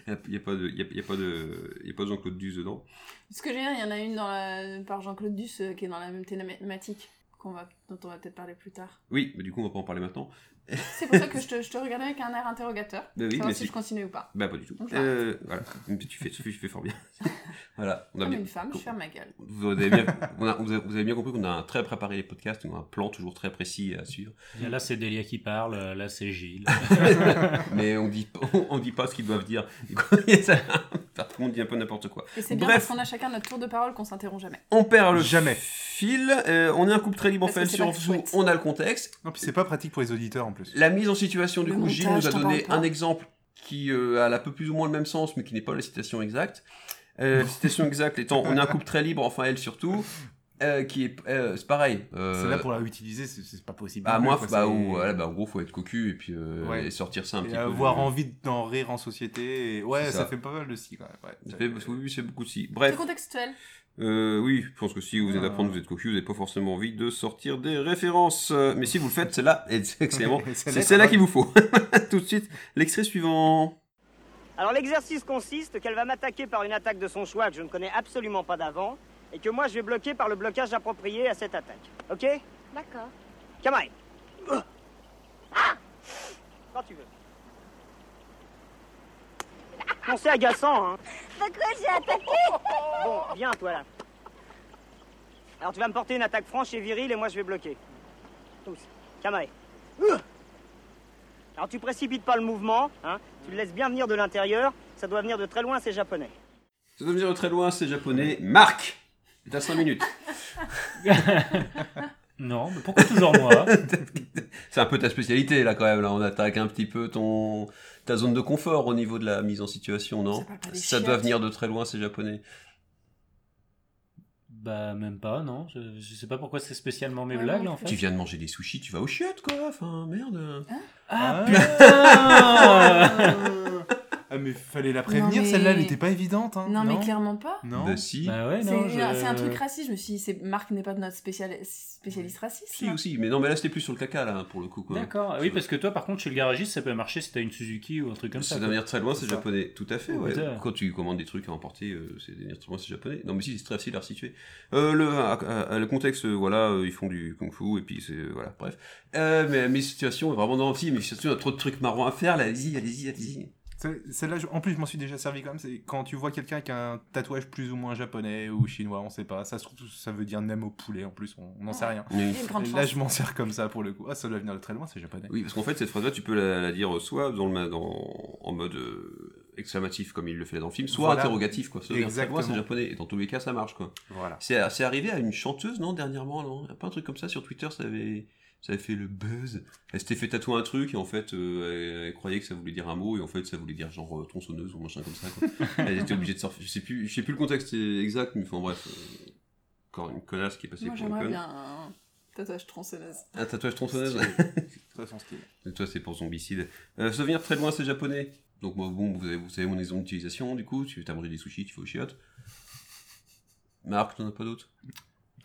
[laughs] il y a pas de y a, y a pas de y a pas de Jean-Claude Duss dedans.
Ce que j'ai il y en a une dans la- par Jean-Claude Duss euh, qui est dans la même thématique qu'on va... dont on va peut-être parler plus tard.
Oui, mais du coup on va pas en parler maintenant.
C'est pour ça que je te, je te regardais avec un air interrogateur.
Mais oui,
savoir
mais
si
si.
je continue ou pas.
Bah pas du tout.
Donc,
Euh, voilà, Mais tu fais tu fais, tu fais fort bien. [laughs] voilà, on a
Comme
bien.
une femme, je ferme ma gueule.
Vous avez bien, on a- vous avez- vous avez bien compris qu'on a un très préparé les podcasts, on a un plan toujours très précis à suivre.
Là, c'est Delia qui parle, euh, là, c'est Gilles. [laughs]
[laughs] mais on dit on, on dit pas ce qu'ils doivent dire. [laughs] Du coup, il y a ça- Par contre, on dit un peu n'importe quoi.
Et c'est bien
Bref.
parce qu'on a chacun notre tour de parole qu'on s'interrompt jamais.
On perd le
Jamais.
fil. euh, on est un couple très libre en
Parce que
fait
Ah, c'est
sur
pas chouette.
On a le contexte.
Non, puis c'est pas pratique pour les auditeurs en plus.
La mise en situation du
Le
coup, Gilles
montage,
nous a
t'en
donné
parles pas.
un exemple qui euh, a un peu plus ou moins le même sens, mais qui n'est pas la citation exacte. Euh, la citation exacte étant on est un couple très libre, enfin elle surtout. euh, qui est. euh, c'est pareil. euh,
C'est là pour la utiliser, c'est- c'est pas possible.
Bah,
non
moi,
plus, quoi,
bah,
c'est-
ou, voilà, bah, en gros, faut être cocu et puis euh,
Ouais.
et sortir ça un petit
Et
peu.
avoir
de-
envie d'en rire en société. Et... Ouais,
C'est
ça.
ça.
fait pas mal de si quand même. ouais.
Ça fait- parce que oui, c'est beaucoup de si.
C'est
Bref, [laughs]
contextuel.
euh, oui, je pense que si vous êtes à
Ah.
prendre, vous êtes cocu, vous n'avez pas forcément envie de sortir des références. Euh, Mais si vous le faites, celle-là, est- c'est excellent.
Celle-là
c'est
est
celle-là
pas
qu'il
mal.
vous faut. [laughs] Tout de suite, l'extrait suivant.
Alors l'exercice consiste qu'elle va m'attaquer par une attaque de son choix que je ne connais absolument pas d'avant et que moi je vais bloquer par le blocage approprié à cette attaque. Ok
D'accord.
Camaille Ah Quand tu veux. Non, c'est agaçant, hein
Bah quoi, j'ai attaqué
Bon, viens, toi, là. Alors, tu vas me porter une attaque franche et virile, et moi, je vais bloquer. Tous. Kamae. Alors, tu précipites pas le mouvement, hein. Tu le laisses bien venir de l'intérieur. Ça doit venir de très loin, c'est japonais.
Ça doit venir de très loin, c'est japonais. Marc T'as 5 minutes.
Non, mais pourquoi toujours moi
c'est un peu ta spécialité, là, quand même. Là, on attaque un petit peu ton ta zone de confort au niveau de la mise en situation, non
Ça parle pas des
Ça doit
chiottes.
venir de très loin, c'est japonais.
Bah même pas, non. Je, je sais pas pourquoi c'est spécialement mes
Ouais,
blagues
non,
là, en
en
fait.
Tu viens de manger des sushis, tu vas aux chiottes, quoi. Enfin, merde.
Ah,
putain
[laughs]
Euh,
Ah, mais fallait la prévenir,
Non, mais-
celle-là, elle était pas évidente. Hein.
Non, mais clairement pas.
Non.
Bah, si.
[laughs] Bah ouais,
C'est
non, je-
non, c'est un truc raciste. Je me suis dit, c'est- Marc n'est pas notre spécial- spécialiste raciste.
Si aussi, mais non, mais là c'était plus sur le caca là pour le coup. Quoi.
D'accord. Ah Oui, parce que toi, par contre, chez le garagiste, ça peut marcher si t'as une Suzuki ou un truc comme ça.
C'est
quoi.
devenir très loin, c'est
Ça.
japonais. Tout à fait. ouais.
Putain.
Quand tu commandes des trucs à emporter, euh, c'est devenir très loin, c'est japonais. Non, mais si c'est très facile à resituer. Euh, le, à- à- le contexte, euh, voilà, euh, ils font du kung-fu et puis c'est euh, voilà, bref. Euh, mais mes situations, vraiment dans si, mes situations, il y a trop de trucs marrants à faire. Là, allez-y, allez-y, allez-y.
C'est- Celle-là, je- en plus, je m'en suis déjà servi quand même. C'est quand tu vois quelqu'un qui a un tatouage plus ou moins japonais ou chinois, on sait pas. Ça se trouve, ça veut dire Nemo poulet en plus, on n'en sait rien.
Mais-
Une grande
Et
chance.
là, je m'en sers comme ça pour le coup. Ah, ça doit venir de très loin, c'est japonais.
Oui, parce qu'en fait, cette phrase-là, tu peux la, la dire euh, soit dans le, ma- dans- en mode euh, exclamatif comme il le fait dans le film, soit
Voilà.
interrogatif quoi. Ça devient très loin, c'est
Exactement.
japonais. Et dans tous les cas, ça marche quoi.
Voilà.
C'est c'est arrivé à une chanteuse, non, dernièrement, non Y a Pas un truc comme ça sur Twitter, ça avait, ça avait fait le buzz. Elle s'était fait tatouer un truc et en fait, euh, elle, elle croyait que ça voulait dire un mot et en fait, ça voulait dire genre euh, tronçonneuse ou machin comme ça. quoi. elle était obligée de sortir. Je sais plus, je sais plus le contexte exact, mais enfin bref. euh, Encore une connasse qui est passée
Moi,
pour une
j'aimerais
conne.
bien un tatouage tronçonneuse.
Un tatouage tronçonneuse.
Très son style.
Et toi, c'est pour zombicide. Euh, souvenir très loin, c'est japonais. Donc moi, bon, vous, avez, vous savez mon exemple d'utilisation. Du coup, tu t'as mangé des sushis, tu fais au chiottes. Marc, t'en as pas d'autres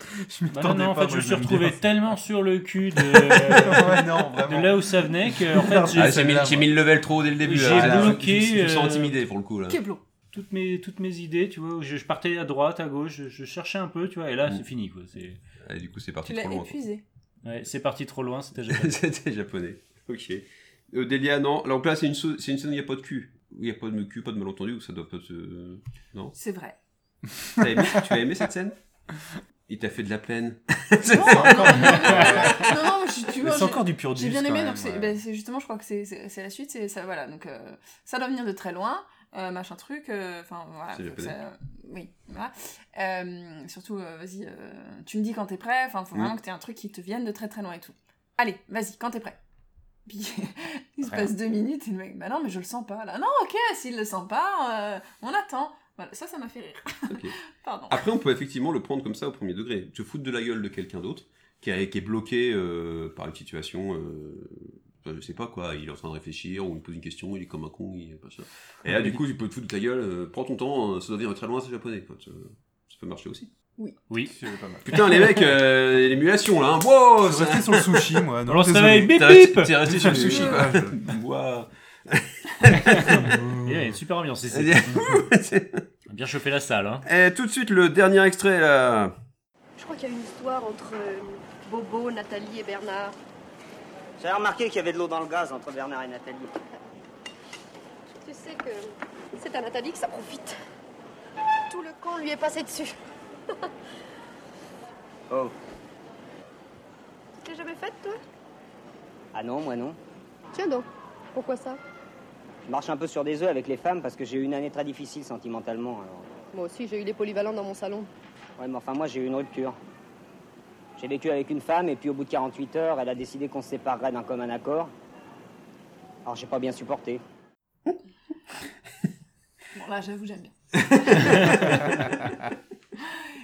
Je
Bah non,
m'attendais
non, en
pas,
fait, je
moi,
me suis
j'aime
retrouvé
bien.
tellement sur le
[laughs]
cul de,
Ouais, non,
de
vraiment.
là où ça venait que
[laughs]
en fait, j'ai
Ah,
c'est
j'ai mis,
là,
j'ai
moi.
mis le level trop dès le début.
J'ai
là. Je-
bloqué,
Je, je me sens
euh,
intimidé pour le coup là.
Keblon.
toutes mes toutes mes idées, tu vois, où je, je partais à droite, à gauche, je, je cherchais un peu, tu vois, et là,
Mm.
c'est fini, quoi. C'est
Et du coup, c'est
Tu
parti
l'as
trop loin.
épuisé.
ouais, c'est parti trop loin,
[laughs]
c'était
quoi.
japonais.
[laughs] C'était japonais. Ok. Euh, Delia, non. Donc là, c'est une, sou- c'est une scène où il n'y a pas de cul. Où il n'y a pas de cul, pas de malentendu, où ça doit pas se. Non. [laughs]
C'est vrai.
T'as aimé- tu as aimé cette scène Il t'a fait de la peine.
Non, non, non, non, non, non, moi, je suis- tu
Mais
vois,
C'est
j'ai-
encore du pur
J'ai
du
bien
quand
aimé,
même,
donc c'est
ouais.
bah, c'est justement, je crois que c'est- c'est c'est la suite, c'est ça, voilà, donc euh, ça doit venir de très loin, euh, machin truc, euh, enfin voilà.
C'est
donc
japonais.
ça- oui, voilà. Euh, surtout, euh, vas-y, euh, tu me dis quand t'es prêt, enfin, faut
Mm.
vraiment que t'aies un truc qui te vienne de très très loin et tout. Allez, vas-y, quand t'es prêt. [laughs] Puis il se passe deux minutes et le mec, bah non, mais je le sens pas là. Non, ok, s'il le sent pas, euh, on attend. Voilà, ça, ça m'a fait rire.
Ok.
[laughs] Pardon.
Après, on peut effectivement le prendre comme ça au premier degré. Te foutre de la gueule de quelqu'un d'autre qui, a- qui est bloqué euh, par une situation. euh, enfin, je sais pas quoi, il est en train de réfléchir, on lui pose une question, il est comme un con, il est pas ça. Et là, du coup, tu peux te foutre de ta gueule, euh, prends ton temps, euh, ça doit venir de très loin, c'est japonais. quoi. Ça, ça peut marcher aussi.
Oui.
[laughs] C'est pas mal.
Putain, les mecs, euh, l'émulation là, hein. wow,
Oh, Je
ça-
restais sur le sushi, moi. non,
Alors, on se
désolé.
réveille, bip
T'es resté,
bip.
t'es resté sur le sushi quoi. [laughs] Ouah.
Et là, il y a une Eh, super ambiance ici. On a Bien chauffer la salle, hein.
[laughs] Et tout de suite, le dernier extrait
Euh,
là.
Je crois qu'il y a une histoire entre euh, Bobo, Nathalie et Bernard.
J'avais remarqué qu'il y avait de l'eau dans le gaz entre Bernard et Nathalie.
Tu sais que c'est à Nathalie que ça profite. Tout le camp lui est passé dessus.
Oh.
Tu l'as jamais faite, toi
Ah non, moi non.
Tiens donc. Pourquoi ça
Je marche un peu sur des œufs avec les femmes parce que j'ai eu une année très difficile sentimentalement. alors.
Moi aussi, j'ai eu les polyvalents dans mon salon.
Ouais, mais enfin, moi, j'ai eu une rupture. J'ai vécu avec une femme et puis au bout de 48 heures, elle a décidé qu'on se séparerait d'un commun accord. Alors, j'ai pas bien supporté.
Bon, là, j'avoue, j'aime bien. [laughs]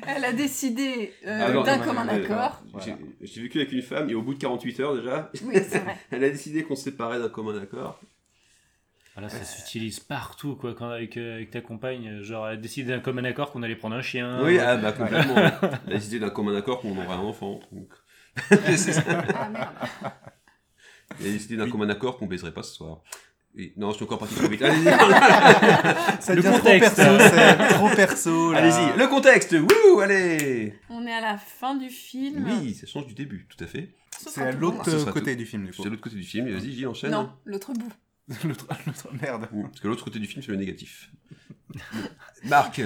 Elle a décidé euh,
Ah non,
d'un
non,
commun
non, non,
accord.
non. J'ai j'ai vécu avec une femme et au bout de 48 heures déjà,
Oui, c'est vrai.
elle a décidé qu'on se séparait d'un commun accord.
Voilà, ça s'utilise partout, quoi, quand, avec, euh, avec ta compagne. euh, Genre, elle a décidé d'un commun accord qu'on allait prendre un chien.
oui, ah, bah complètement. elle a décidé d'un commun accord qu'on aurait un enfant. donc. [laughs] C'est ça.
Ah merde.
Elle a décidé d'un commun accord qu'on baiserait pas ce soir. Et- Non, je suis encore parti trop [laughs] vite. Allez-y,
Ça
Le
devient trop
contexte.
perso, c'est trop perso. là.
allez-y. le contexte. Wouh, allez.
On est à la fin du film.
Oui, ça change du début, tout à fait.
Sauf
C'est à
quand on
l'autre
Ce sera
côté du film, du
C'est
coup.
de l'autre côté du film. et Vas-y, j'y
voit.
enchaîne.
Non, l'autre bout.
[laughs] L'autre, l'autre- merde.
Ouh, Parce que l'autre côté du film, c'est le négatif. Marc,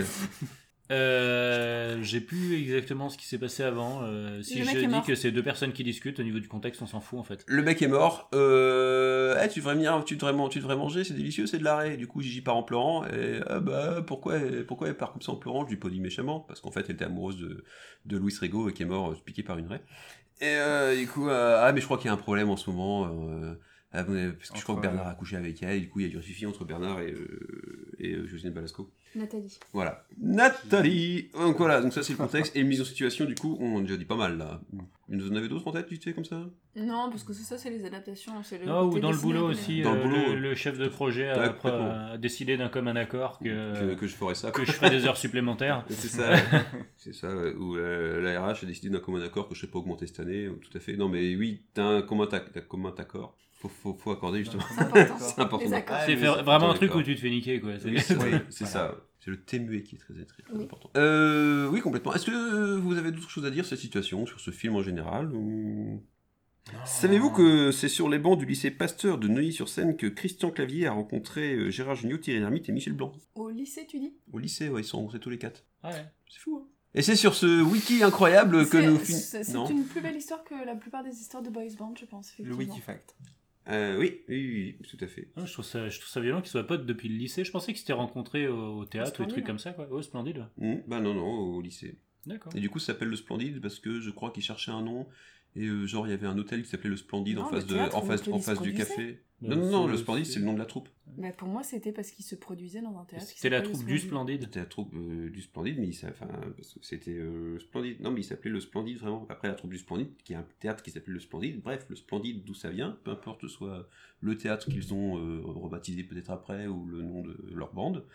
Euh, J'ai plus exactement ce qui s'est passé avant. euh, si
Le mec
je dis
est mort.
que c'est deux personnes qui discutent, au niveau du contexte, on s'en fout, en fait.
le mec est mort. Euh, eh, tu devrais venir, tu devrais, man- tu devrais manger, c'est délicieux, c'est de l'arrêt. Du coup, Gigi part en pleurant. Et ah bah pourquoi, pourquoi elle part comme ça en pleurant Je lui dis méchamment parce qu'en fait, elle était amoureuse de, de Louis Rego et qui est mort euh, piqué par une raie. Et euh, du coup, euh, ah mais je crois qu'il y a un problème en ce moment. euh, ah, mais- parce que je crois que
Entre-
Bernard a couché avec elle, et du coup il y a du récifie entre Bernard et, euh, et euh, Jocelyne Balasco.
Nathalie.
Voilà. Nathalie Donc voilà, donc ça c'est le contexte. Et mise en situation, du coup, on en a déjà dit pas mal là. Vous en avez d'autres en tête, tu sais, comme ça
Non, parce que c'est ça, c'est les adaptations. hein, c'est le
Ah, ou
côté
dans le
dessiné,
boulot
mais-
aussi,
Dans le
euh,
boulot.
le, le chef de projet
Ouais,
a, après,
complètement.
a décidé d'un commun accord
que,
que,
que je ferais ça, quoi.
que je ferai des
[laughs]
heures supplémentaires.
C'est ça, ouais. c'est ça, ouais. Où euh, la RH a décidé d'un commun accord que je ne sais pas augmenter cette année, ou tout à fait. Non, mais oui, t'as un commun, ta- t'as un commun accord. Faut, faut, faut accorder
[laughs]
justement.
C'est important.
C'est important.
Les accords.
Ah,
C'est
mais
faire
c'est
vraiment un
important,
truc où
d'accord.
tu te fais niquer, quoi. C'est-
Oui, c'est
Oui,
c'est
voilà.
ça. C'est le thé muet qui est très, très, très
Oui.
important. Euh, oui, complètement. Est-ce que vous avez d'autres choses à dire sur cette situation, sur ce film en général ou- Savez-vous que c'est sur les bancs du lycée Pasteur de Neuilly-sur-Seine que Christian Clavier a rencontré euh, Gérard Jugnot, Thierry Lhermitte et Michel Blanc
Au lycée, tu dis
Au lycée, ouais, ils sont rencontrés tous les quatre.
[laughs] Ouais.
C'est fou, hein Et c'est sur ce wiki incroyable Euh, que
C'est-
nous
C'est c'est
finissons.
une plus belle histoire que la plupart des histoires de boys band, je pense.
Le
Effectivement.
wiki fact.
Euh, oui, oui, oui, tout à fait.
Ah, Je trouve, ça, je trouve ça violent qu'ils soient potes depuis le lycée. Je pensais qu'ils s'étaient rencontrés au, au théâtre ou des
Splendide. hein.
trucs comme ça. Quoi. Oh, splendide. ouais.
Hmm, bah non, non, au lycée.
D'accord.
Et du coup, ça s'appelle le Splendide parce que je crois qu'ils cherchaient un nom. Et euh, genre, il y avait un hôtel qui s'appelait le Splendide
Non,
en
le
face, de,
théâtre,
en
donc
face,
le
en face
lycée
du
produisait.
café. Non,
Bah,
non, non,
c'est-
le Splendide, c'est le nom de la troupe.
Bah, pour moi, c'était parce qu'ils se produisaient dans un théâtre. qui
C'était la
s'appelait
troupe
le
du
Splendid.
Splendide.
C'était la troupe euh, du Splendide, mais il s'a- enfin, parce que c'était euh, Splendide. Non, mais il s'appelait le Splendide vraiment. Après la troupe du Splendide, qui est un théâtre qui s'appelle le Splendide. Bref, le Splendide, d'où ça vient, peu importe que ce soit le théâtre qu'ils ont euh, rebaptisé peut-être après ou le nom de leur bande.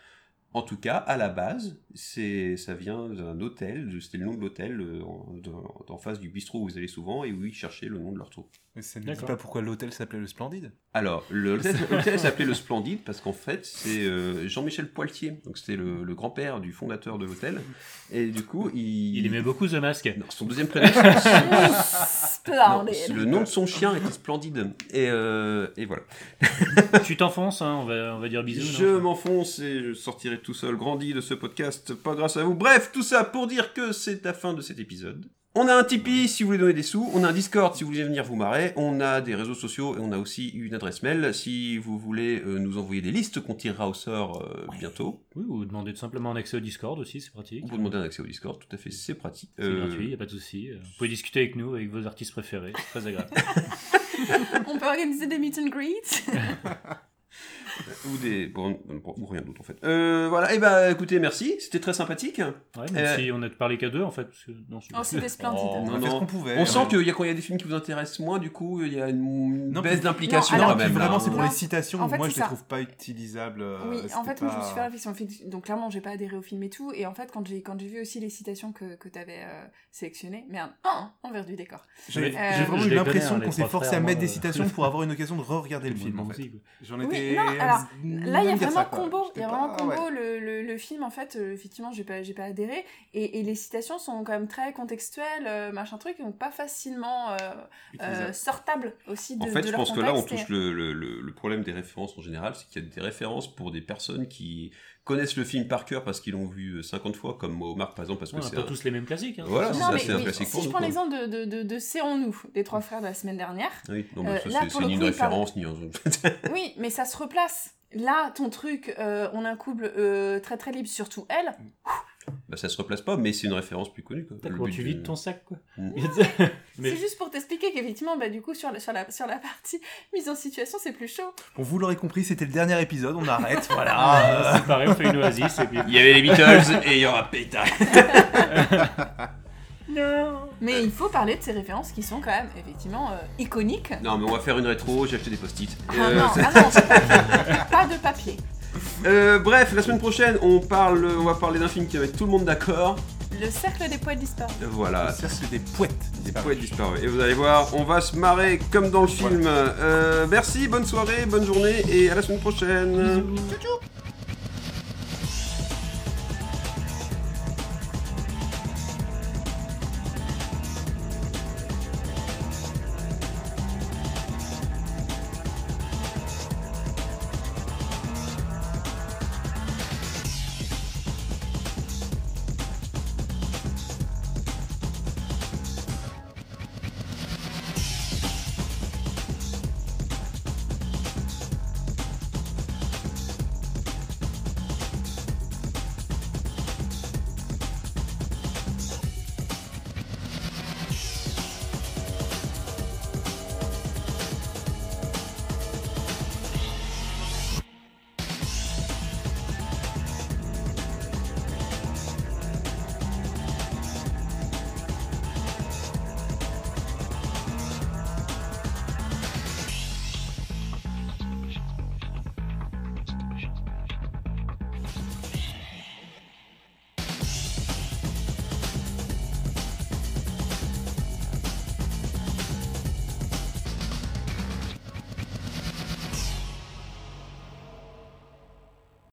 En tout cas, à la base, c'est ça vient d'un hôtel. de- C'était le nom de l'hôtel euh, en, dans- en face du bistrot où ils allaient souvent et où ils cherchaient le nom de leur troupe.
Mais ça ne dit
D'accord.
pas pourquoi l'hôtel s'appelait le Splendide.
Alors, le- l'hôtel l'hôtel s'appelait le Splendide parce qu'en fait, c'est euh, Jean-Michel Poiltier, donc c'était le, le grand-père du fondateur de l'hôtel. Et du coup, il.
Il aimait beaucoup The Mask.
Non, son deuxième prénom. c'est- non,
Splendid.
c'est- le nom de son chien était Splendide. Et, euh, et voilà.
tu t'enfonces, hein, on, va, on va dire bisous.
Je
non
m'enfonce et je sortirai tout seul grandi de ce podcast, pas grâce à vous. Bref, tout ça pour dire que c'est la fin de cet épisode. On a un Tipeee si vous voulez donner des sous, on a un Discord si vous voulez venir vous marrer, on a des réseaux sociaux et on a aussi une adresse mail si vous voulez euh, nous envoyer des listes qu'on tirera au sort euh, bientôt.
Oui, ou demander tout simplement un accès au Discord aussi, c'est pratique.
Vous demandez un accès au Discord, tout à fait, c'est pratique.
C'est
Euh,
gratuit, il a pas de souci. Vous pouvez discuter avec nous, avec vos artistes préférés, c'est
[laughs]
très agréable.
On peut organiser des meet and greets.
Ou des... bon, bon, ou rien d'autre en fait. Euh, voilà, et bah écoutez, merci, c'était très sympathique.
Ouais, même
Euh,
si on n'a parlé qu'à deux en fait. parce que- Non, c'est-
[laughs]
Oh, c'était splendide.
On
Non,
a fait
non.
ce qu'on pouvait. hein.
On sent qu'il y a quand il y a des films qui vous intéressent moins, du coup, il y a une, une
Ah, Non,
baisse
puis-
d'implication
Ah, non, alors,
quand même.
puis
là,
vraiment,
hein.
c'est pour
Non.
les citations.
En fait,
moi,
c'est
je les
ça.
trouve pas utilisables. euh,
Oui, en
c'était
fait, moi, je me suis fait la
pas-
réflexion. En fait, Donc, clairement, j'ai pas adhéré au film et tout. Et en fait, quand j'ai, quand j'ai vu aussi les citations que, que t'avais euh, sélectionnées, merde, ah, envers du décor.
J'ai
Mais-
j'ai
Euh,
vraiment
je
eu
les
l'impression
connais, hein,
qu'on
les
s'est
trois
forcé à
frères,
mettre
moi,
des
euh.
citations
[laughs]
pour avoir une occasion de re-regarder le film. En fait.
Aussi, quoi.
J'en
Oui,
étais.
non, alors, Là, il y a
même dire
vraiment
ça, quoi.
combo. Il y
J'étais
a vraiment
pas-
ah
combo.
ouais.
Le, le, le film, en fait, euh, effectivement, j'ai pas, j'ai pas adhéré. Et, et les citations sont quand même très contextuelles, euh, machin truc, donc pas facilement euh, euh, sortables aussi de,
En fait,
de
je
leur
pense que là, on
contexte.
touche le, le- le- le problème des références en général, c'est qu'il y a des références pour des personnes qui connaissent le film par cœur parce qu'ils l'ont vu 50 fois, comme moi, Marc, par exemple, parce que
Ouais, on n'a
c'est
pas
un-
tous les mêmes classiques. Hein,
Voilà,
c'est
c'est
ça.
Non,
ça,
mais
c'est un
oui,
classique pour hein.
si je
nous,
prends
quoi.
l'exemple de, de, de, de Serrons-nous, des trois frères de la semaine dernière,
Ah oui, non, mais
Euh,
ça,
là,
c'est-
pour
c'est
le
ni une
coup, il parle-
référence, ni un...
Oui, mais ça se replace. Là, ton truc, euh, on a un couple euh, très très libre, surtout elle.
[laughs] Bah, ça se replace pas, mais c'est une référence plus connue. Quoi. Le
Comment
but
tu
du-
vides ton sac, quoi.
Mm.
[laughs] Mais-
C'est juste pour t'expliquer qu'effectivement, bah, du coup, sur la, sur, la, sur la partie [laughs] mise en situation, c'est plus chaud.
Bon, vous l'aurez compris, c'était le dernier épisode, on arrête, [laughs]
Ah,
voilà.
c'est pareil, on fait une oasis et
[laughs]
puis.
Il y avait les Beatles et il y aura Pétain.
Non Mais il faut parler de ces références qui sont quand même, effectivement, euh, iconiques.
Non, mais on va faire une rétro, j'ai acheté des post-it.
Ah
Euh,
non, ah non, c'est pas- pas de papier.
euh, bref, la semaine prochaine, on, parle, on va parler d'un film qui va mettre tout le monde d'accord.
Le cercle des poètes disparus.
Euh, Voilà,
C'est des pouettes.
des poètes disparus. Et vous allez voir, on va se marrer comme dans le film. Euh, merci, bonne soirée, bonne journée et à la semaine prochaine.
Tchou tchou